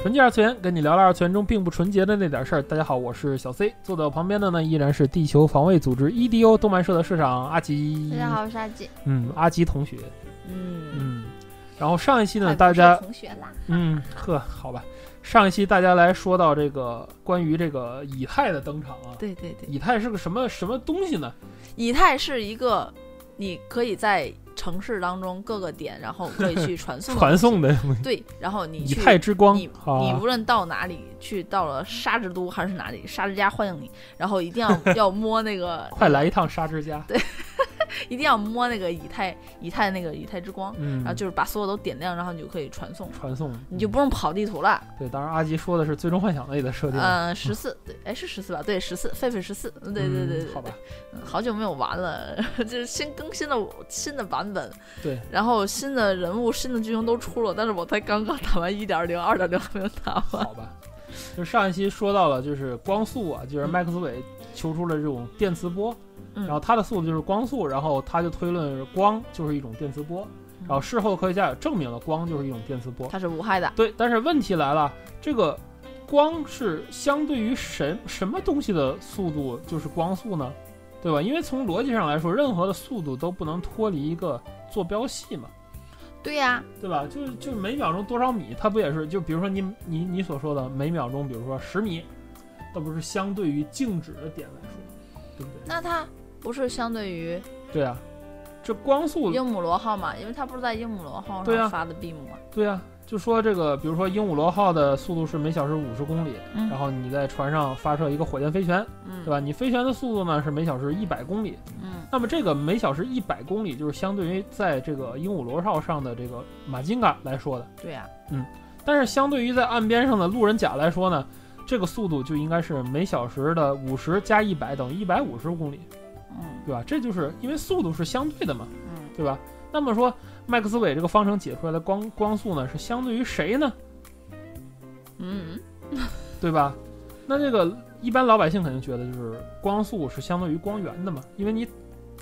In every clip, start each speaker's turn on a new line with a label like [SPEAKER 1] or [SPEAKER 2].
[SPEAKER 1] 纯洁二次元，跟你聊聊二次元中并不纯洁的那点事儿。大家好，我是小 C，坐在我旁边的呢依然是地球防卫组织 EDO 动漫社的社长阿吉。
[SPEAKER 2] 大家好，，我是阿吉。
[SPEAKER 1] 嗯，阿吉同学，
[SPEAKER 2] 嗯，
[SPEAKER 1] 嗯，然后上一期呢，
[SPEAKER 2] 哎
[SPEAKER 1] 大
[SPEAKER 2] 不是
[SPEAKER 1] 家
[SPEAKER 2] 同学啦，
[SPEAKER 1] 嗯，呵，好吧，上一期大家来说到这个关于这个以太的登场啊，
[SPEAKER 3] 对对对，
[SPEAKER 1] 以太是个什么什么东西呢？
[SPEAKER 3] 以太是一个你可以在城市当中各个点，然后可以去传送 的
[SPEAKER 1] 传送
[SPEAKER 3] 东
[SPEAKER 1] 的
[SPEAKER 3] 西对，然后你
[SPEAKER 1] 以
[SPEAKER 3] 去
[SPEAKER 1] 太之光
[SPEAKER 3] 你，
[SPEAKER 1] 好
[SPEAKER 3] 你
[SPEAKER 1] 啊
[SPEAKER 3] 无论到哪里，去到了沙之都还是哪里，沙之家欢迎你，然后一定要要摸那 个，
[SPEAKER 1] 快来一趟沙之家，
[SPEAKER 3] 一定要摸那个以太以太那个以太之光，
[SPEAKER 1] 嗯，
[SPEAKER 3] 然后就是把所有都点亮，然后你就可以传送，
[SPEAKER 1] 传送，嗯
[SPEAKER 3] 你就不用跑地图了。
[SPEAKER 1] 对。当然，阿吉说的是《最终幻想》类的设定，
[SPEAKER 3] 嗯，十四对，哎是十四吧？对，十四，狒狒十四，对对对对
[SPEAKER 1] 嗯
[SPEAKER 3] 对，
[SPEAKER 1] 好吧，
[SPEAKER 3] 嗯好久没有玩了， 就是新更新的新的版本，
[SPEAKER 1] 对，
[SPEAKER 3] 然后新的人物、新的剧情都出了，但是我才刚刚打完一点零、二点零还没有打完。
[SPEAKER 1] 好吧。就上一期说到了，就是光速啊，就是麦克斯韦求出了这种电磁波，
[SPEAKER 3] 嗯
[SPEAKER 1] 然后它的速度就是光速，然后他就推论光就是一种电磁波，
[SPEAKER 3] 嗯
[SPEAKER 1] 然后事后科学家也证明了光就是一种电磁波。
[SPEAKER 3] 它是无害的，
[SPEAKER 1] 对，但是问题来了，这个光是相对于什什么东西的速度就是光速呢？对吧？因为从逻辑上来说，任何的速度都不能脱离一个坐标系嘛，
[SPEAKER 2] 对呀、
[SPEAKER 1] 对吧？就是就是每秒钟多少米，它不也是就比如说你你你所说的每秒钟，比如说十米，那不是相对于静止的点来说，对不对？
[SPEAKER 3] 那它不是相对于
[SPEAKER 1] 对啊，这光速
[SPEAKER 3] 鹦鹉螺号吗？因为它不是在鹦鹉螺号
[SPEAKER 1] 对啊
[SPEAKER 3] 上发的 beam 吗？
[SPEAKER 1] 对啊，就说这个，比如说鹦鹉螺号的速度是每小时五十公里，
[SPEAKER 3] 嗯
[SPEAKER 1] 然后你在船上发射一个火箭飞拳，
[SPEAKER 3] 嗯，
[SPEAKER 1] 对吧？？你飞拳的速度呢是每小时一百公里，
[SPEAKER 3] 嗯
[SPEAKER 1] 那么这个每小时一百公里就是相对于在这个鹦鹉螺号上的这个马金嘎来说的，
[SPEAKER 3] 对呀、
[SPEAKER 1] 但是相对于在岸边上的路人甲来说呢，这个速度就应该是每小时的五十加一百等于一百五十公里，
[SPEAKER 3] 嗯
[SPEAKER 1] 对吧？这就是因为速度是相对的嘛，
[SPEAKER 3] 嗯，
[SPEAKER 1] 对吧？那么说麦克斯韦这个方程解出来的光光速呢是相对于谁呢？
[SPEAKER 3] 嗯
[SPEAKER 1] 对吧？那这个一般老百姓肯定觉得就是光速是相当于光源的嘛，因为你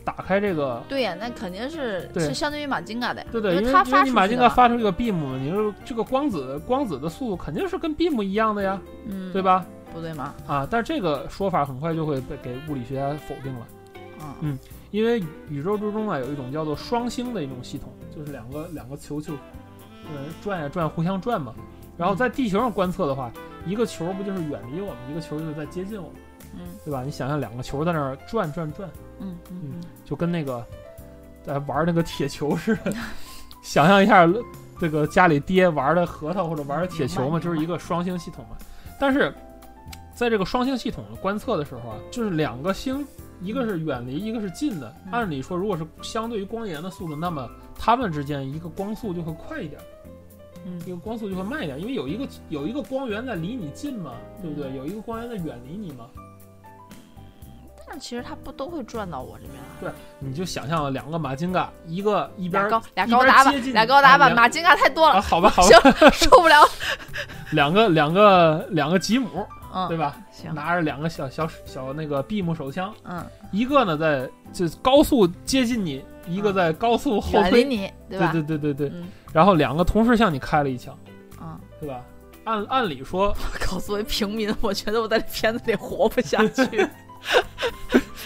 [SPEAKER 1] 打开这个，
[SPEAKER 3] 对呀、那肯定是
[SPEAKER 1] 对
[SPEAKER 3] 是相对于马金嘎的呀，
[SPEAKER 1] 对对，因
[SPEAKER 3] 因
[SPEAKER 1] 为因
[SPEAKER 3] 它
[SPEAKER 1] 为
[SPEAKER 3] 发
[SPEAKER 1] 你
[SPEAKER 3] 出
[SPEAKER 1] 马
[SPEAKER 3] 去
[SPEAKER 1] 金刚
[SPEAKER 3] 的嘛，
[SPEAKER 1] 发出这个 beam，你说这个光子光子的速度肯定是跟 beam 一样的呀，
[SPEAKER 3] 嗯，
[SPEAKER 1] 对？吧？
[SPEAKER 3] 不对吗？
[SPEAKER 1] 啊，但是这个说法很快就会被给物理学家否定了，
[SPEAKER 3] 啊、
[SPEAKER 1] 嗯因为宇宙之中啊有一种叫做双星的一种系统，就是两个两个球球，呃，转呀转，互相转嘛。然后在地球上观测的话，一个球不就是远离我们，一个球就是在接近我们。
[SPEAKER 3] 嗯
[SPEAKER 1] 对吧？你想象两个球在那儿转转转，
[SPEAKER 3] 嗯嗯
[SPEAKER 1] 就跟那个在玩那个铁球似的。 想象一下，这个家里爹玩的核桃或者玩的铁球嘛，
[SPEAKER 3] 明白
[SPEAKER 1] 就是一个双星系统嘛。但是在这个双星系统的观测的时候啊，就是两个星，一个是远离，一个是近的。
[SPEAKER 3] 嗯
[SPEAKER 1] 按理说，如果是相对于光源的速度，那么它们之间一个光速就会快一点，
[SPEAKER 3] 嗯
[SPEAKER 1] 一个光速就会慢一点，因为有一个有一个光源在离你近嘛，
[SPEAKER 3] 嗯
[SPEAKER 1] 对不对？有一个光源在远离你嘛。
[SPEAKER 3] 但是其实它不都会转到我这边来。
[SPEAKER 1] 你就想象了两个马金嘎，一个一边儿
[SPEAKER 3] 俩高俩
[SPEAKER 1] 一
[SPEAKER 3] 高
[SPEAKER 1] 边
[SPEAKER 3] 达吧
[SPEAKER 1] 接近，
[SPEAKER 3] 俩高达
[SPEAKER 1] 啊
[SPEAKER 3] 吧，
[SPEAKER 1] 两
[SPEAKER 3] 马金嘎太多
[SPEAKER 1] 啊，
[SPEAKER 3] 了，
[SPEAKER 1] 好吧，好吧
[SPEAKER 3] 行， 受不了。
[SPEAKER 1] 两个两个两个吉姆，对
[SPEAKER 3] 嗯，
[SPEAKER 1] 吧？
[SPEAKER 3] 行，
[SPEAKER 1] 拿着两个小小小那个 BM 手枪，
[SPEAKER 3] 嗯，
[SPEAKER 1] 一个呢在就高速接近你，一个在高速后
[SPEAKER 3] 啊远离
[SPEAKER 1] 退，
[SPEAKER 3] 你，
[SPEAKER 1] 对
[SPEAKER 3] 对吧？
[SPEAKER 1] 对对对对，
[SPEAKER 3] 嗯
[SPEAKER 1] 然后两个同时向你开了一枪，
[SPEAKER 3] 啊，
[SPEAKER 1] 对吧？按按理 说，
[SPEAKER 3] 我 靠！作为平民，我觉得我在这片子里活不下 去，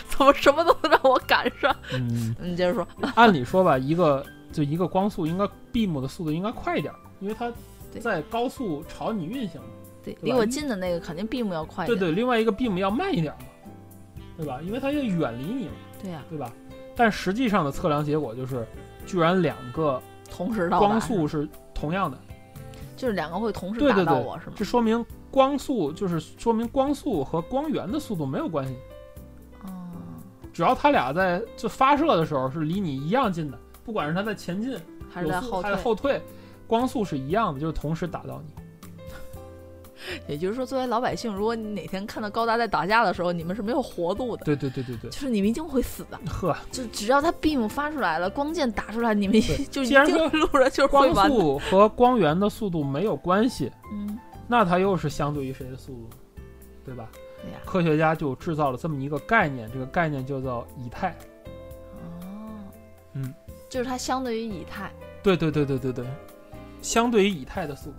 [SPEAKER 3] 怎么什么都能让我赶上？
[SPEAKER 1] 嗯，
[SPEAKER 3] 你接着说，
[SPEAKER 1] 按理说吧，一个就一个光速应该 BM 的速度应该快一点，因为它
[SPEAKER 3] 对
[SPEAKER 1] 在高速朝你运行嘛。
[SPEAKER 3] 对，
[SPEAKER 1] 对
[SPEAKER 3] 离
[SPEAKER 1] 吧
[SPEAKER 3] 我近的那个肯定 beam 要快一
[SPEAKER 1] 对
[SPEAKER 3] 点，
[SPEAKER 1] 对，另外一个 beam 要慢一点嘛，对吧？因为它要远离你嘛，
[SPEAKER 3] 对啊呀，
[SPEAKER 1] 对吧？但实际上的测量结果就是，居然两个
[SPEAKER 3] 同时到达
[SPEAKER 1] 光速是同样的，
[SPEAKER 3] 就是两个会同时
[SPEAKER 1] 对对
[SPEAKER 3] 打到
[SPEAKER 1] 对
[SPEAKER 3] 我是吗？
[SPEAKER 1] 这说明光速就是说明光速和光源的速度没有关系，
[SPEAKER 3] 嗯，
[SPEAKER 1] 只要它俩在就发射的时候是离你一样近的，不管是它在前进
[SPEAKER 3] 还是
[SPEAKER 1] 有
[SPEAKER 3] 在
[SPEAKER 1] 速
[SPEAKER 3] 后
[SPEAKER 1] 还
[SPEAKER 3] 退
[SPEAKER 1] 是？后退，光速是一样的，就是同时打到你。
[SPEAKER 3] 也就是说，作为老百姓，如果你哪天看到高达在打架的时候，你们是没有活路的，
[SPEAKER 1] 对对对对对，
[SPEAKER 3] 就是你们一定会死的。
[SPEAKER 1] 呵，
[SPEAKER 3] 就只要他 beam 发出来了，光剑打出来，你们
[SPEAKER 1] 对
[SPEAKER 3] 就一
[SPEAKER 1] 既然
[SPEAKER 3] 定
[SPEAKER 1] 说
[SPEAKER 3] 路人就是会
[SPEAKER 1] 光
[SPEAKER 3] 完的。
[SPEAKER 1] 速和光源的速度没有关系，
[SPEAKER 3] 嗯，
[SPEAKER 1] 那它又是相对于谁的速度，对吧？
[SPEAKER 3] 对呀
[SPEAKER 1] 科学家就制造了这么一个概念，这个概念叫做以太。
[SPEAKER 3] 哦，
[SPEAKER 1] 嗯，
[SPEAKER 3] 就是它相对于以太，
[SPEAKER 1] 对对对对对对，相对于以太的速度。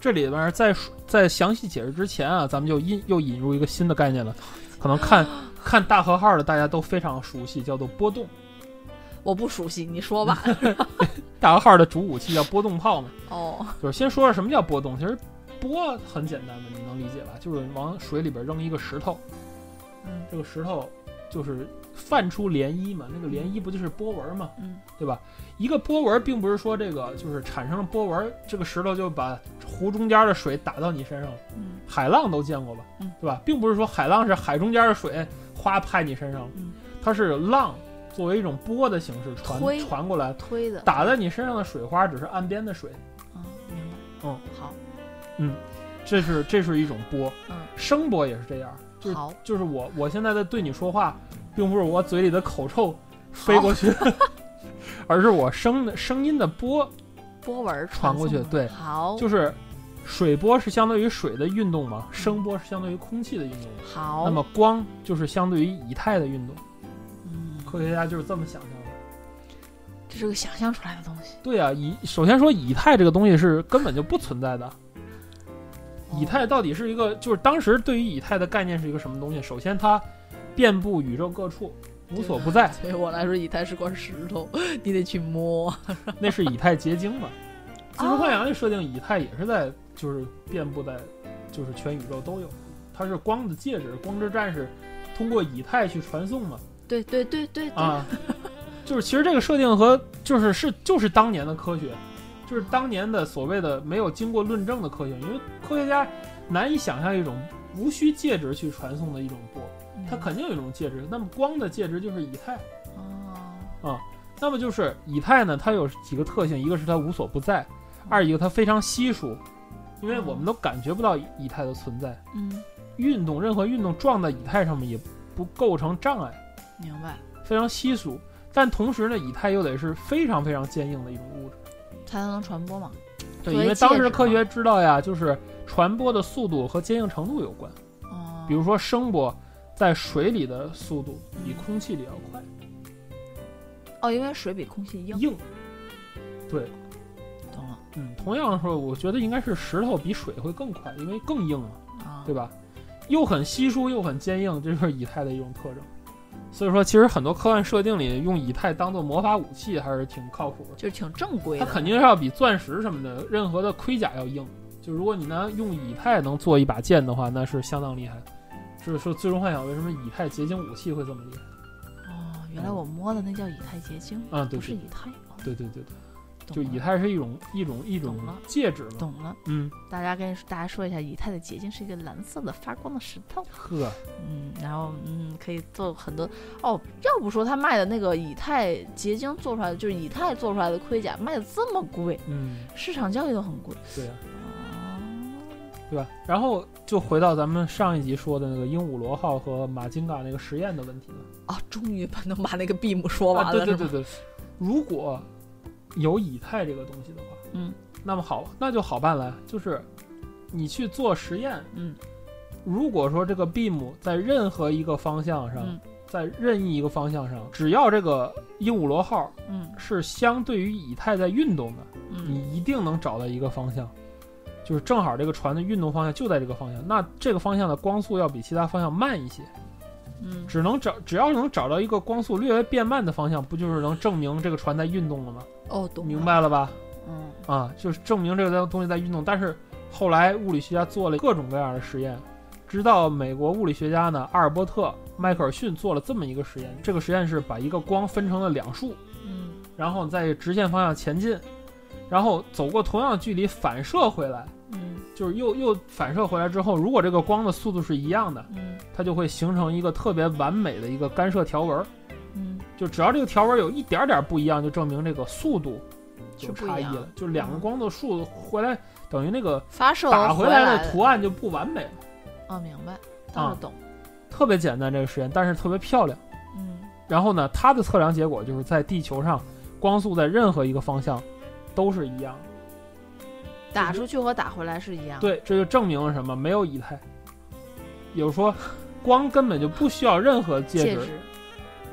[SPEAKER 1] 这里边在说在详细解释之前啊，咱们就引又引入一个新的概念了，可能看看大和号的大家都非常熟悉，叫做波动。
[SPEAKER 3] 我不熟悉，你 说吧。
[SPEAKER 1] 大和号的主武器叫波动炮嘛，
[SPEAKER 3] 哦，
[SPEAKER 1] 就是先说说什么叫波动。其实波很简单的，你能理解吧？就是往水里边扔一个石头，
[SPEAKER 3] 嗯
[SPEAKER 1] 这个石头就是泛出涟漪嘛，那个涟漪不就是波纹嘛，
[SPEAKER 3] 嗯
[SPEAKER 1] 对吧？一个波纹并不是说这个就是产生了波纹，这个石头就把湖中间的水打到你身上了。
[SPEAKER 3] 嗯
[SPEAKER 1] 海浪都见过吧
[SPEAKER 3] 嗯，
[SPEAKER 1] 对吧？并不是说海浪是海中间的水哗拍你身上了
[SPEAKER 3] 嗯，
[SPEAKER 1] 它是浪作为一种波的形式传
[SPEAKER 3] 推
[SPEAKER 1] 传过来，
[SPEAKER 3] 推的
[SPEAKER 1] 打在你身上的水花只是岸边的水，
[SPEAKER 3] 啊，明白。
[SPEAKER 1] 嗯，
[SPEAKER 3] 好，
[SPEAKER 1] 这是这是一种波
[SPEAKER 3] 嗯，
[SPEAKER 1] 声波也是这样，就是
[SPEAKER 3] 好，
[SPEAKER 1] 就是我我现在在对你说话，并不是我嘴里的口臭飞过去， 而是我声的声音的波，
[SPEAKER 3] 波纹儿
[SPEAKER 1] 传过去
[SPEAKER 3] 送的
[SPEAKER 1] 对
[SPEAKER 3] 好，
[SPEAKER 1] 就是水波是相当于水的运动嘛，声波是相当于空气的运动嘛，
[SPEAKER 3] 好，
[SPEAKER 1] 那么光就是相对于以太的运动。
[SPEAKER 3] 嗯，
[SPEAKER 1] 科学家就是这么想象的。
[SPEAKER 3] 这是个想象出来的东西。
[SPEAKER 1] 对啊，以首先说以太这个东西是根本就不存在的。以
[SPEAKER 3] 哦
[SPEAKER 1] 太到底是一个，就是当时对于以太的概念是一个什么东西？首先它遍布宇宙各处，无所不 在，
[SPEAKER 3] 对我来说，以太是块石头，你得去 摸。
[SPEAKER 1] 那是以太结晶嘛。最终幻想的设定，以太也是在就是遍布在就是全宇宙都有，它是光的介质，光之战士通过以太去传送嘛。
[SPEAKER 3] 对对对 对对，
[SPEAKER 1] 啊，就是其实这个设定和就是是就是当年的科学，就是当年的所谓的没有经过论证的科学，因为科学家难以想象一种无需介质去传送的一种波，
[SPEAKER 3] 嗯
[SPEAKER 1] 它肯定有一种介质。那么光的介质就是以太，
[SPEAKER 3] 哦，
[SPEAKER 1] 那么就是以太呢，它有几个特性，一个是它无所不在，
[SPEAKER 3] 嗯
[SPEAKER 1] 二一个它非常稀疏，因为我们都感觉不到以以太的存在。
[SPEAKER 3] 嗯，
[SPEAKER 1] 运动任何运动撞在以太上面也不构成障碍。
[SPEAKER 3] 明白，
[SPEAKER 1] 非常稀疏，但同时呢，以太又得是非常非常坚硬的一种物质。
[SPEAKER 3] 才能传播嘛。
[SPEAKER 1] 对，
[SPEAKER 3] 作为
[SPEAKER 1] 因为当时
[SPEAKER 3] 介
[SPEAKER 1] 的
[SPEAKER 3] 质
[SPEAKER 1] 科
[SPEAKER 3] 嘛
[SPEAKER 1] 学知道呀，就是传播的速度和坚硬程度有关。
[SPEAKER 3] 哦，
[SPEAKER 1] 比如说声波在水里的速度
[SPEAKER 3] 嗯
[SPEAKER 1] 比空气里要快，
[SPEAKER 3] 哦，因为水比空气硬，啊
[SPEAKER 1] 硬。
[SPEAKER 3] 懂了
[SPEAKER 1] 嗯，同样的说，我觉得应该是石头比水会更快，因为更硬嘛，
[SPEAKER 3] 啊？
[SPEAKER 1] 对吧？又很稀疏又很坚硬，这就是以太的一种特征。所以说，其实很多科幻设定里用以太当做魔法武器还是挺靠谱的。
[SPEAKER 3] 就是挺正规
[SPEAKER 1] 它
[SPEAKER 3] 的，
[SPEAKER 1] 肯定是要比钻石什么的任何的盔甲要硬。就如果你能用以太能做一把剑的话，那是相当厉害。就是说，最终幻想为什么以太结晶武器会这么厉害？
[SPEAKER 3] 哦，原来我摸的那叫以太结晶，
[SPEAKER 1] 啊，对
[SPEAKER 3] 不是
[SPEAKER 1] 对
[SPEAKER 3] 以太。哦
[SPEAKER 1] 对对对对，
[SPEAKER 3] 懂
[SPEAKER 1] 就
[SPEAKER 3] 了
[SPEAKER 1] 以太是一种一种一种
[SPEAKER 3] 懂了
[SPEAKER 1] 戒指嘛。
[SPEAKER 3] 懂了，
[SPEAKER 1] 嗯，
[SPEAKER 3] 大家跟大家说一下，以太的结晶是一个蓝色的发光的石头，
[SPEAKER 1] 呵，
[SPEAKER 3] 嗯，然后嗯可以做很多哦。要不说他卖的那个以太结晶做出来的，就是以太做出来的盔甲卖的这么贵，
[SPEAKER 1] 嗯，
[SPEAKER 3] 市场交易都很贵。
[SPEAKER 1] 对呀、啊
[SPEAKER 3] 哦，
[SPEAKER 1] 对吧？然后就回到咱们上一集说的那个鹦鹉螺号和马金嘎那个实验的问题了。
[SPEAKER 3] 啊，终于把 能把那个 beam 说
[SPEAKER 1] 啊，
[SPEAKER 3] 完
[SPEAKER 1] 对
[SPEAKER 3] 了，
[SPEAKER 1] 对
[SPEAKER 3] 是
[SPEAKER 1] 对
[SPEAKER 3] 吗？
[SPEAKER 1] 对，如果有以太这个东西的话，
[SPEAKER 3] 嗯，
[SPEAKER 1] 那么好，那就好办了，就是你去做实验，
[SPEAKER 3] 嗯，
[SPEAKER 1] 如果说这个 beam 在任何一个方向上，
[SPEAKER 3] 嗯
[SPEAKER 1] 在任意一个方向上，只要这个鹦鹉螺号
[SPEAKER 3] 嗯
[SPEAKER 1] 是相对于以太在运动的，
[SPEAKER 3] 嗯，
[SPEAKER 1] 你一定能找到一个方向。就是正好这个船的运动方向就在这个方向，那这个方向的光速要比其他方向慢一些，
[SPEAKER 3] 嗯，
[SPEAKER 1] 只能找只要能找到一个光速略微变慢的方向，不就是能证明这个船在运动了吗？
[SPEAKER 3] 哦，懂，
[SPEAKER 1] 明，白了吧？
[SPEAKER 3] 嗯，
[SPEAKER 1] 啊，就是证明这个东西在运动。但是后来物理学家做了各种各样的实验，直到美国物理学家呢阿尔伯特迈克尔逊做了这么一个实验，这个实验是把一个光分成了两束，
[SPEAKER 3] 嗯，
[SPEAKER 1] 然后在直线方向前进，然后走过同样的距离反射回来，
[SPEAKER 3] 嗯，
[SPEAKER 1] 就是又又反射回来之后，如果这个光的速度是一样的，
[SPEAKER 3] 嗯，
[SPEAKER 1] 它就会形成一个特别完美的一个干涉条纹儿。
[SPEAKER 3] 嗯，
[SPEAKER 1] 就只要这个条纹有一点点不一样，就证明这个速度有
[SPEAKER 3] 是不一
[SPEAKER 1] 差异
[SPEAKER 3] 样
[SPEAKER 1] 了，就两个
[SPEAKER 3] 嗯
[SPEAKER 1] 光子束回来等于那个
[SPEAKER 3] 发射
[SPEAKER 1] 打回来
[SPEAKER 3] 的
[SPEAKER 1] 的图案就不完美了。
[SPEAKER 3] 哦，明白，倒
[SPEAKER 1] 啊
[SPEAKER 3] 是懂，
[SPEAKER 1] 特别简单这个实验，但是特别漂亮。
[SPEAKER 3] 嗯
[SPEAKER 1] 然后呢，它的测量结果就是在地球上光速在任何一个方向都是一样的。
[SPEAKER 3] 打出去和打回来是一样，，
[SPEAKER 1] 对，这就证明了什么？没有以太。有说，光根本就不需要任何介
[SPEAKER 3] 戒
[SPEAKER 1] 质
[SPEAKER 3] 指，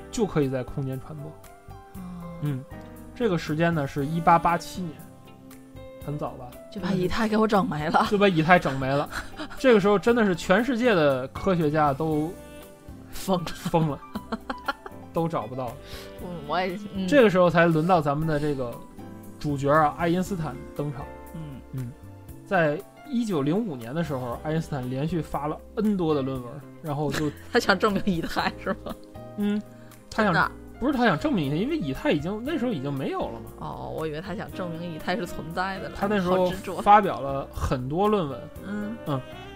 [SPEAKER 1] 就可以在空间传播。
[SPEAKER 3] 哦
[SPEAKER 1] 嗯，这个时间呢是1887年，很早吧，
[SPEAKER 3] 就把以太给我整没了，
[SPEAKER 1] 就把以太整没了。这个时候真的是全世界的科学家都
[SPEAKER 3] 疯了，
[SPEAKER 1] 疯了，都找不到了。
[SPEAKER 3] 嗯，我也是，嗯
[SPEAKER 1] 这个时候才轮到咱们的这个主角啊，爱因斯坦登场。
[SPEAKER 3] 嗯
[SPEAKER 1] 在一九零五年的时候，爱因斯坦连续发了 N 多的论文，然后 就
[SPEAKER 3] 他想证明以太是吗？
[SPEAKER 1] 嗯， 他
[SPEAKER 3] 真
[SPEAKER 1] 想
[SPEAKER 3] 的啊
[SPEAKER 1] 不是他想证明一下，因为以太已经那时候已经没有了嘛。
[SPEAKER 3] 哦，我以为他想证明以太是存在的了，
[SPEAKER 1] 他那时
[SPEAKER 3] 好
[SPEAKER 1] 候
[SPEAKER 3] 执着，
[SPEAKER 1] 发表了很多论文，
[SPEAKER 3] 嗯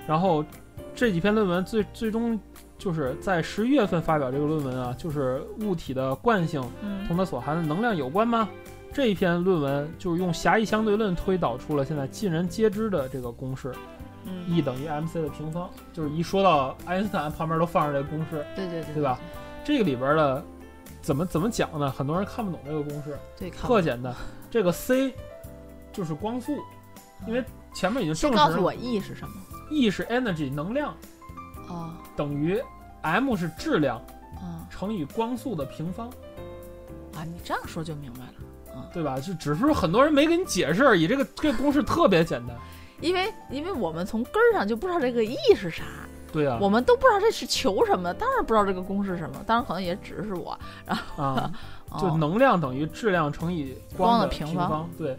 [SPEAKER 1] 然后这几篇论文最最终就是在十一月份发表这个论文啊，就是物体的惯性
[SPEAKER 3] 嗯
[SPEAKER 1] 同它所含的能量有关吗？这一篇论文就是用狭义相对论推导出了现在尽人皆知的这个公式
[SPEAKER 3] 嗯，
[SPEAKER 1] ，E 等于 mc 的平方。就是一说到爱因斯坦，旁边都放着这个公式。
[SPEAKER 3] 对对对，
[SPEAKER 1] 对吧？这个里边的怎么怎么讲呢？很多人看不懂这个公式，
[SPEAKER 3] 对，看
[SPEAKER 1] 特简单。这个 c 就是光速，因为前面已经证
[SPEAKER 3] 告诉
[SPEAKER 1] 实
[SPEAKER 3] 我
[SPEAKER 1] 了
[SPEAKER 3] E 是什么？
[SPEAKER 1] ，E 是 energy 能量
[SPEAKER 3] 哦，
[SPEAKER 1] 等于 m 是质量
[SPEAKER 3] 嗯
[SPEAKER 1] 乘以光速的平方，
[SPEAKER 3] 啊，你这样说就明白了，
[SPEAKER 1] 对吧？就只是说很多人没给你解释而已。这个这个公式特别简单，
[SPEAKER 3] 因为因为我们从根儿上就不知道这个 E 是啥，
[SPEAKER 1] 对啊
[SPEAKER 3] 我们都不知道这是求什么，当然不知道这个公式是什么，当然可能也只是我，
[SPEAKER 1] 啊，
[SPEAKER 3] 哦、
[SPEAKER 1] 就能量等于质量乘以
[SPEAKER 3] 光
[SPEAKER 1] 的
[SPEAKER 3] 的
[SPEAKER 1] 平
[SPEAKER 3] 平
[SPEAKER 1] 方
[SPEAKER 3] 方，
[SPEAKER 1] 对，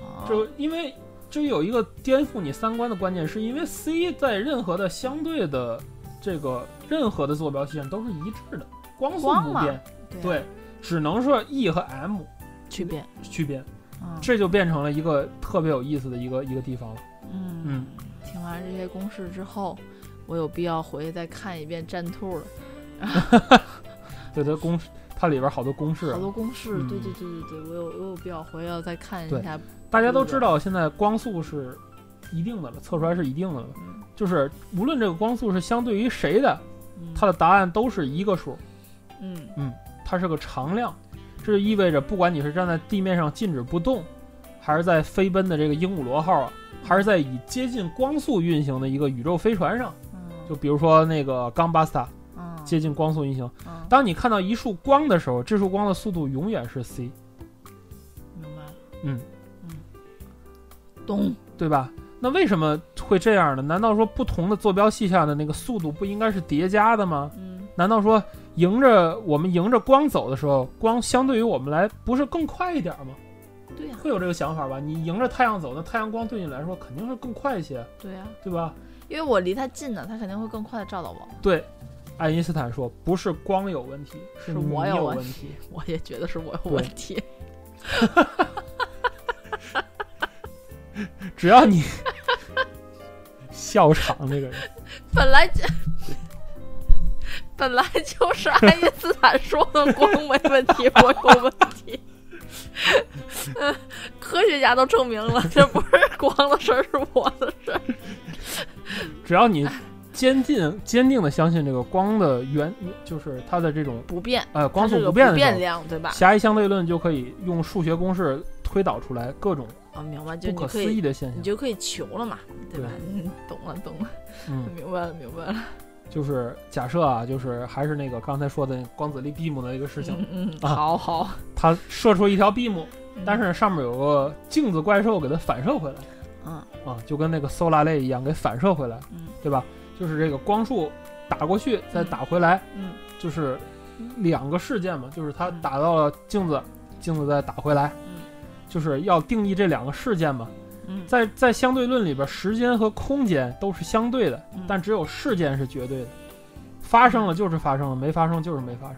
[SPEAKER 3] 哦
[SPEAKER 1] 就因为就有一个颠覆你三观的关键，是因为 c 在任何的相对的这个任何的坐标系上都是一致的，光速
[SPEAKER 3] 光
[SPEAKER 1] 不
[SPEAKER 3] 嘛
[SPEAKER 1] 变，
[SPEAKER 3] 对
[SPEAKER 1] 对，只能说 e 和 m
[SPEAKER 3] 区别，
[SPEAKER 1] 区别，
[SPEAKER 3] 嗯
[SPEAKER 1] 这就变成了一个特别有意思的一个一个地方了。
[SPEAKER 3] 嗯，听完这些公式之后，我有必要回去再看一遍战兔了，
[SPEAKER 1] 对，它公式它里边好多公式
[SPEAKER 3] 好，多公式，
[SPEAKER 1] 嗯
[SPEAKER 3] 对对对对对，我有我有必要回去再看
[SPEAKER 1] 对
[SPEAKER 3] 一下，
[SPEAKER 1] 大家都知道现在光速是一定的了，测出来是一定的了，
[SPEAKER 3] 嗯
[SPEAKER 1] 就是无论这个光速是相对于谁的，
[SPEAKER 3] 嗯
[SPEAKER 1] 它的答案都是一个数。
[SPEAKER 3] 嗯
[SPEAKER 1] 它是个常量，这就意味着不管你是站在地面上静止不动，还是在飞奔的这个鹦鹉螺号，啊，还是在以接近光速运行的一个宇宙飞船上，
[SPEAKER 3] 嗯
[SPEAKER 1] 就比如说那个冈巴斯塔
[SPEAKER 3] 嗯
[SPEAKER 1] 接近光速运行，
[SPEAKER 3] 嗯，
[SPEAKER 1] 当你看到一束光的时候，这束光的速度永远是 c，
[SPEAKER 3] 明白了，
[SPEAKER 1] 嗯
[SPEAKER 3] 嗯，懂，
[SPEAKER 1] 对吧？那为什么会这样呢？难道说不同的坐标系下的那个速度不应该是叠加的吗？
[SPEAKER 3] 嗯
[SPEAKER 1] 难道说迎着我们迎着光走的时候，光相对于我们来不是更快一点吗？
[SPEAKER 3] 对呀、
[SPEAKER 1] 会有这个想法吧？你迎着太阳走，那太阳光对你来说肯定是更快一些，
[SPEAKER 3] 对呀、
[SPEAKER 1] 对吧？
[SPEAKER 3] 因为我离它近呢，它肯定会更快的照到我。
[SPEAKER 1] 对，爱因斯坦说，不是光有问题，是
[SPEAKER 3] 是
[SPEAKER 1] 你
[SPEAKER 3] 我有
[SPEAKER 1] 有
[SPEAKER 3] 问
[SPEAKER 1] 题。
[SPEAKER 3] 我也觉得是我有问题，
[SPEAKER 1] 只要你 笑场这个人，
[SPEAKER 3] 本来就本来就是爱因斯坦说的光没问题，我有问题。 嗯，科学家都证明了，这不是光的事儿，是我的事儿。
[SPEAKER 1] 只要你坚定坚定的相信这个光的原，就是它的这种
[SPEAKER 3] 不变，
[SPEAKER 1] 呃光
[SPEAKER 3] 它
[SPEAKER 1] 速
[SPEAKER 3] 是个
[SPEAKER 1] 变
[SPEAKER 3] 不
[SPEAKER 1] 的
[SPEAKER 3] 变
[SPEAKER 1] 时
[SPEAKER 3] 量，对
[SPEAKER 1] 候，
[SPEAKER 3] 吧？
[SPEAKER 1] 狭义相对论就可以用数学公式推导出来各种
[SPEAKER 3] 啊，明白，就
[SPEAKER 1] 不
[SPEAKER 3] 你
[SPEAKER 1] 可
[SPEAKER 3] 可
[SPEAKER 1] 思
[SPEAKER 3] 以，
[SPEAKER 1] 议的现
[SPEAKER 3] 你
[SPEAKER 1] 象。
[SPEAKER 3] 就可以求了嘛，对吧？嗯，懂了，懂 了，
[SPEAKER 1] 嗯，
[SPEAKER 3] 明白了，明白了。
[SPEAKER 1] 就是假设啊，就是还是那个刚才说的那个光子力 beam 的一个事情，
[SPEAKER 3] 嗯嗯，
[SPEAKER 1] 啊
[SPEAKER 3] 好好。
[SPEAKER 1] 它射出一条 beam。
[SPEAKER 3] 嗯
[SPEAKER 1] 但是上面有个镜子怪兽给它反射回来
[SPEAKER 3] 嗯
[SPEAKER 1] 啊，就跟那个 Solar 类一样给反射回来，
[SPEAKER 3] 嗯
[SPEAKER 1] 对吧？就是这个光束打过去再打回来，
[SPEAKER 3] 嗯
[SPEAKER 1] 就是两个事件嘛，就是它
[SPEAKER 3] 嗯
[SPEAKER 1] 打到了镜子，镜子再打回来
[SPEAKER 3] 嗯，
[SPEAKER 1] 就是要定义这两个事件嘛。
[SPEAKER 3] 嗯，
[SPEAKER 1] 在在相对论里边，时间和空间都是相对的，
[SPEAKER 3] 嗯
[SPEAKER 1] 但只有事件是绝对的，发生了就是发生了，没发生就是没发生。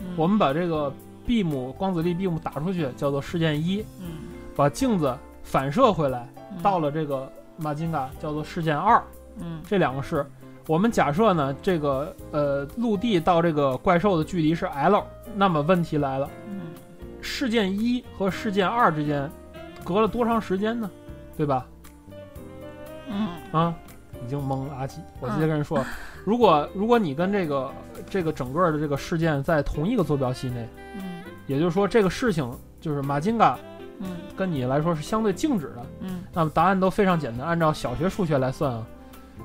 [SPEAKER 3] 嗯
[SPEAKER 1] 我们把这个 beam 光子力 beam 打出去叫做事件一，
[SPEAKER 3] 嗯
[SPEAKER 1] 把镜子反射回来，
[SPEAKER 3] 嗯
[SPEAKER 1] 到了这个马金嘎叫做事件二，
[SPEAKER 3] 嗯
[SPEAKER 1] 这两个是我们假设呢，这个呃陆地到这个怪兽的距离是 l，那么问题来了，
[SPEAKER 3] 嗯
[SPEAKER 1] 事件一和事件二之间隔了多长时间呢？对吧？
[SPEAKER 3] 嗯
[SPEAKER 1] 啊，已经懵了阿吉。我直接跟人说，如果如果你跟这个这个整个的这个事件在同一个坐标系内，
[SPEAKER 3] 嗯
[SPEAKER 1] 也就是说这个事情就是马金嘎
[SPEAKER 3] 嗯
[SPEAKER 1] 跟你来说是相对静止的，
[SPEAKER 3] 嗯
[SPEAKER 1] 那么答案都非常简单，按照小学数学来算啊，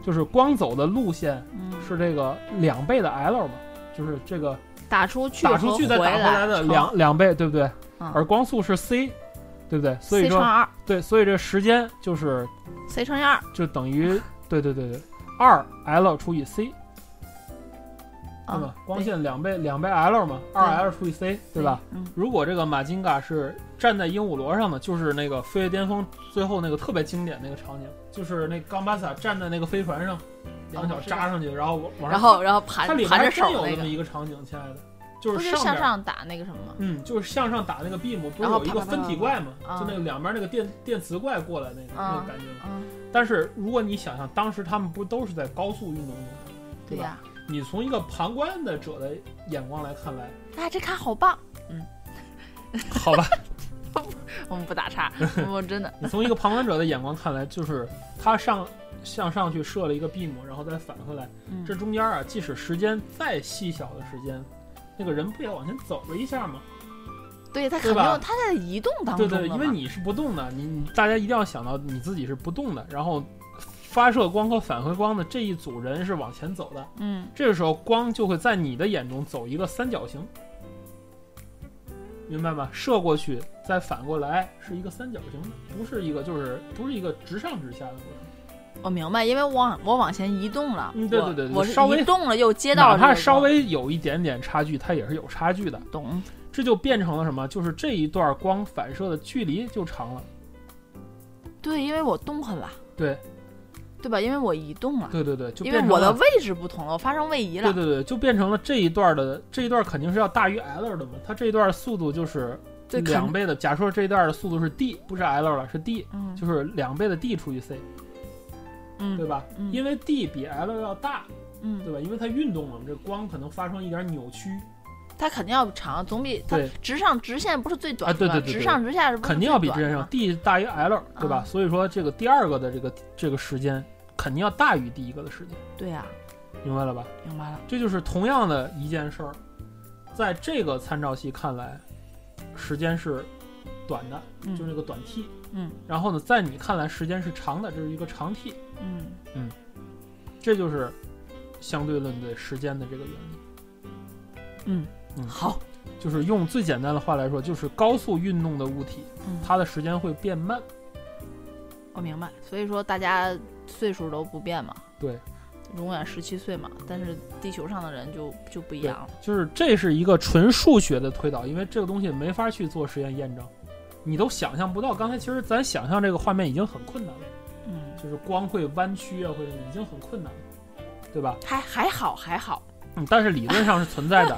[SPEAKER 1] 就是光走的路线
[SPEAKER 3] 嗯，
[SPEAKER 1] 是这个两倍的 l 嘛，就是这个
[SPEAKER 3] 打出去
[SPEAKER 1] 打出去再打回来的两两倍，对不对？
[SPEAKER 3] 嗯
[SPEAKER 1] 而光速是 c，对不对？所以
[SPEAKER 3] c 乘
[SPEAKER 1] 说
[SPEAKER 3] 二
[SPEAKER 1] 对，所以这时间就是
[SPEAKER 3] ，c 乘以二
[SPEAKER 1] 就等于 对对对对，二 l 除以 c，对嗯吧
[SPEAKER 3] 啊？，
[SPEAKER 1] 光线两倍两倍 l 嘛，二 l 除以 c，对吧？？
[SPEAKER 3] 嗯
[SPEAKER 1] 如果这个马金嘎是站在鹦鹉螺上的，就是那个《飞越巅峰》最后那个特别经典那个场景，就是那冈巴萨站在那个飞船上，两脚扎上去，然后往往上，
[SPEAKER 3] 然后然后
[SPEAKER 1] 它
[SPEAKER 3] 盘
[SPEAKER 1] 里面
[SPEAKER 3] 盘
[SPEAKER 1] 还
[SPEAKER 3] 着
[SPEAKER 1] 真
[SPEAKER 3] 手
[SPEAKER 1] 有
[SPEAKER 3] 那
[SPEAKER 1] 这么
[SPEAKER 3] 个，
[SPEAKER 1] 一个场景，亲爱的，就
[SPEAKER 3] 不
[SPEAKER 1] 是
[SPEAKER 3] 是
[SPEAKER 1] 上
[SPEAKER 3] 向
[SPEAKER 1] 边。
[SPEAKER 3] 上打那个什么吗？
[SPEAKER 1] 嗯，就是向上打那个 beam，不是
[SPEAKER 3] 然后
[SPEAKER 1] 有一个
[SPEAKER 3] 啪啪啪
[SPEAKER 1] 分体怪嘛？
[SPEAKER 3] 啪
[SPEAKER 1] 就那个两边那个电电磁怪过来那个、那
[SPEAKER 3] 嗯
[SPEAKER 1] 个感觉嘛。
[SPEAKER 3] 嗯，
[SPEAKER 1] 但是如果你想想，当时他们不都是在高速运动中吗，
[SPEAKER 3] 对
[SPEAKER 1] 吧？
[SPEAKER 3] 呀，
[SPEAKER 1] 你从一个旁观的者的眼光来看来，
[SPEAKER 3] 啊，这卡好棒！
[SPEAKER 1] 好吧，
[SPEAKER 3] 我们不 打岔，我真的，
[SPEAKER 1] 你从一个旁观者的眼光看来，就是他上向上去射了一个 beam，然后再返回来，
[SPEAKER 3] 嗯
[SPEAKER 1] 这中间啊，即使时间再细小的时间，那个人不也往前走了一下吗？
[SPEAKER 3] 对他
[SPEAKER 1] 对
[SPEAKER 3] 肯定
[SPEAKER 1] 吧
[SPEAKER 3] 他在移动当
[SPEAKER 1] 对
[SPEAKER 3] 中
[SPEAKER 1] 对，
[SPEAKER 3] 的
[SPEAKER 1] 因为
[SPEAKER 3] 嘛
[SPEAKER 1] 你是不动的，你你大家一定要想到你自己是不动的，然后发射光和返回光的这一组人是往前走的，
[SPEAKER 3] 嗯
[SPEAKER 1] 这个时候光就会在你的眼中走一个三角形，明白吗？射过去再反过来是一个三角形，不是一个就是不是一个直上直下的过程，
[SPEAKER 3] 我明白，因为我往我往前移动了，
[SPEAKER 1] 嗯对
[SPEAKER 3] 我
[SPEAKER 1] 对对对
[SPEAKER 3] 我是
[SPEAKER 1] 稍微
[SPEAKER 3] 移动了又接到
[SPEAKER 1] 哪
[SPEAKER 3] 了这
[SPEAKER 1] 怕
[SPEAKER 3] 个，
[SPEAKER 1] 稍微有一点点差距，它也是有差距的。
[SPEAKER 3] 懂，
[SPEAKER 1] 这就变成了什么？就是这一段光反射的距离就长了。
[SPEAKER 3] 对，因为我动弹了，
[SPEAKER 1] 对
[SPEAKER 3] 对吧？因为我移动了，
[SPEAKER 1] 对对对，就
[SPEAKER 3] 因
[SPEAKER 1] 变
[SPEAKER 3] 为
[SPEAKER 1] 成
[SPEAKER 3] 我的
[SPEAKER 1] 了
[SPEAKER 3] 位置不同了，我发生位移了
[SPEAKER 1] 对，对对，就变成了这一段的这一段肯定是要大于 l 的嘛。它这一段速度就是
[SPEAKER 3] 对肯
[SPEAKER 1] 两倍的。假说这一段的速度是 d，不是 l 了，是 d，
[SPEAKER 3] 嗯
[SPEAKER 1] 就是两倍的 d 除以 c，对
[SPEAKER 3] 嗯
[SPEAKER 1] 吧？
[SPEAKER 3] 嗯
[SPEAKER 1] 因为 d 比 l 要大，对
[SPEAKER 3] 嗯，
[SPEAKER 1] 吧？因为它运动嘛，这光可能发生一点扭曲，
[SPEAKER 3] 它肯定要长，总比它
[SPEAKER 1] 对
[SPEAKER 3] 直上直线不是最短
[SPEAKER 1] 啊对
[SPEAKER 3] 的吧，
[SPEAKER 1] 对对对
[SPEAKER 3] 直上直下是不是
[SPEAKER 1] 肯定要比
[SPEAKER 3] 最
[SPEAKER 1] 之前
[SPEAKER 3] 短的
[SPEAKER 1] 上
[SPEAKER 3] 吗
[SPEAKER 1] d 大于 l，对吧？
[SPEAKER 3] 嗯
[SPEAKER 1] 所以说这个第二个的这个这个时间肯定要大于第一个的时间，
[SPEAKER 3] 对呀，
[SPEAKER 1] 明白了吧？
[SPEAKER 3] 明白了，
[SPEAKER 1] 这就是同样的一件事儿，在这个参照系看来，时间是短的，
[SPEAKER 3] 嗯
[SPEAKER 1] 就是那个短 t。
[SPEAKER 3] 嗯。
[SPEAKER 1] 然后呢，在你看来，时间是长的，这是一个长 t。
[SPEAKER 3] 嗯
[SPEAKER 1] 这就是相对论对时间的这个原理，嗯
[SPEAKER 3] 好，
[SPEAKER 1] 就是用最简单的话来说，就是高速运动的物体，
[SPEAKER 3] 嗯，
[SPEAKER 1] 它的时间会变慢。
[SPEAKER 3] 我明白，所以说大家岁数都不变嘛，
[SPEAKER 1] 对，
[SPEAKER 3] 永远十七岁嘛，但是地球上的人就就不一
[SPEAKER 1] 对
[SPEAKER 3] 样了，
[SPEAKER 1] 就是这是一个纯数学的推导，因为这个东西没法去做实验验证，你都想象不到。刚才其实咱想象这个画面已经很困难了。
[SPEAKER 3] 嗯，
[SPEAKER 1] 就是光会弯曲啊，或者已经很困难了，对吧？
[SPEAKER 3] 还还好还好，
[SPEAKER 1] 嗯，但是理论上是存在的。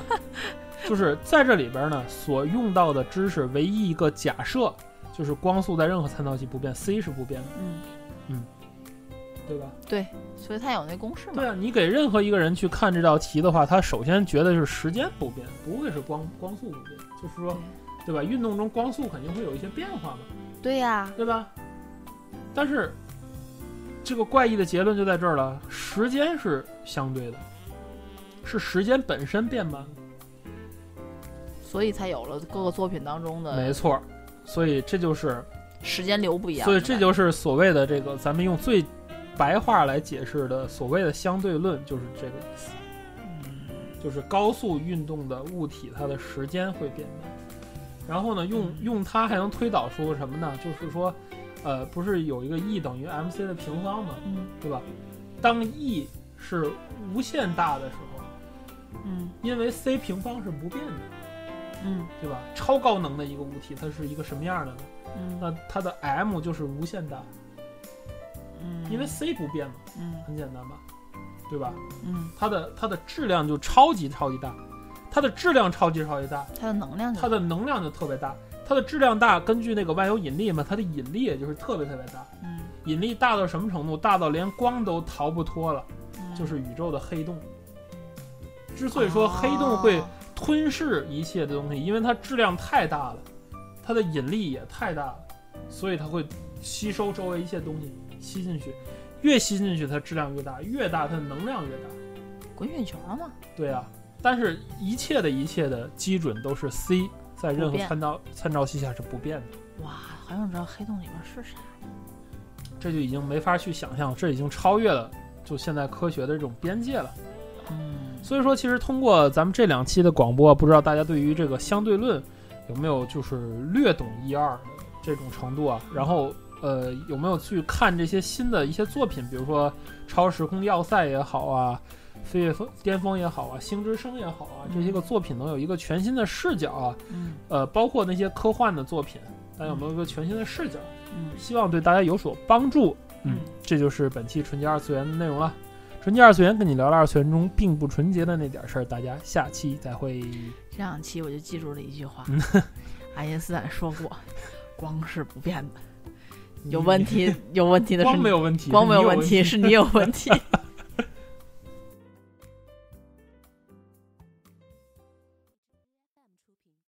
[SPEAKER 1] 就是在这里边呢，所用到的知识唯一一个假设就是光速在任何参照系不变，c 是不变的，
[SPEAKER 3] 嗯，
[SPEAKER 1] 对吧？
[SPEAKER 3] 对，所以它有那公式嘛
[SPEAKER 1] 对，啊，你给任何一个人去看这道题的话，他首先觉得是时间不变，不会是光光速不变，就是说，对吧？啊运动中光速肯定会有一些变化嘛，
[SPEAKER 3] 对呀，
[SPEAKER 1] 对吧？但是这个怪异的结论就在这儿了：时间是相对的，是时间本身变慢。
[SPEAKER 3] 所以才有了各个作品当中
[SPEAKER 1] 没
[SPEAKER 3] 的
[SPEAKER 1] 错儿，所以这就是，
[SPEAKER 3] 时间流不一样
[SPEAKER 1] 所
[SPEAKER 3] 的
[SPEAKER 1] 以
[SPEAKER 3] 感觉，
[SPEAKER 1] 这就是所谓的这个，咱们用最白话来解释的所谓的相对论，就是这个意思，就是高速运动的物体它的时间会变慢。然后呢，用用它还能推导出什么呢？就是说，呃，不是有一个 E 等于 mc 的平方吗？
[SPEAKER 3] 嗯
[SPEAKER 1] 对吧？当 e 是无限大的时候，
[SPEAKER 3] 嗯
[SPEAKER 1] 因为 c 平方是不变的，
[SPEAKER 3] 嗯
[SPEAKER 1] 对吧？超高能的一个物体，它是一个什么样的呢？
[SPEAKER 3] 嗯
[SPEAKER 1] 那它的 m 就是无限大，
[SPEAKER 3] 嗯，
[SPEAKER 1] 因为 c 不变嘛，
[SPEAKER 3] 嗯
[SPEAKER 1] 很简单吧，对吧？
[SPEAKER 3] 嗯，
[SPEAKER 1] 它的它的质量就超级超级大，它的质量超级超级大，
[SPEAKER 3] 它的能量就
[SPEAKER 1] 它的能量就特别大，它的质量大，根据那个万有引力嘛，它的引力也就是特别特别大，
[SPEAKER 3] 嗯
[SPEAKER 1] 引力大到什么程度？大到连光都逃不脱了。
[SPEAKER 3] 嗯
[SPEAKER 1] 就是宇宙的黑洞。之所以说黑洞会
[SPEAKER 3] 哦
[SPEAKER 1] 吞噬一切的东西，因为它质量太大了，它的引力也太大了，所以它会吸收周围一切东西吸进去，越吸进去它质量越大，越大它能量越大。
[SPEAKER 3] 滚雪球嘛，
[SPEAKER 1] 对啊，但是一切的一切的基准都是 c 在任何
[SPEAKER 3] 不变
[SPEAKER 1] 参照参照系下是不变的，
[SPEAKER 3] 哇，好想知道黑洞里面是啥。
[SPEAKER 1] 这就已经没法去想象，这已经超越了就现在科学的这种边界了。
[SPEAKER 3] 嗯，
[SPEAKER 1] 所以说，其实通过咱们这两期的广播，不知道大家对于这个相对论有没有就是略懂一二的这种程度啊？然后呃，有没有去看这些新的一些作品，比如说《超时空要塞》也好啊，《飞越峰巅峰》也好啊，《星之声》也好啊，这些个作品能有一个全新的视角啊？
[SPEAKER 3] 嗯
[SPEAKER 1] 呃，包括那些科幻的作品，大家有没有一个全新的视角？啊
[SPEAKER 3] 嗯，
[SPEAKER 1] 希望对大家有所帮助。
[SPEAKER 3] 嗯，
[SPEAKER 1] 这就是本期纯洁二次元的内容了。纯洁二次元跟你聊聊二次元中并不纯洁的那点事儿，大家下期再会。
[SPEAKER 3] 上期我就记住了一句话，
[SPEAKER 1] 嗯
[SPEAKER 3] 爱因斯坦说过，光是不变的，有问，题有问题的是
[SPEAKER 1] 嗯光
[SPEAKER 3] 你
[SPEAKER 1] 没有问题，
[SPEAKER 3] 光没
[SPEAKER 1] 有
[SPEAKER 3] 有问，题，是你有问题。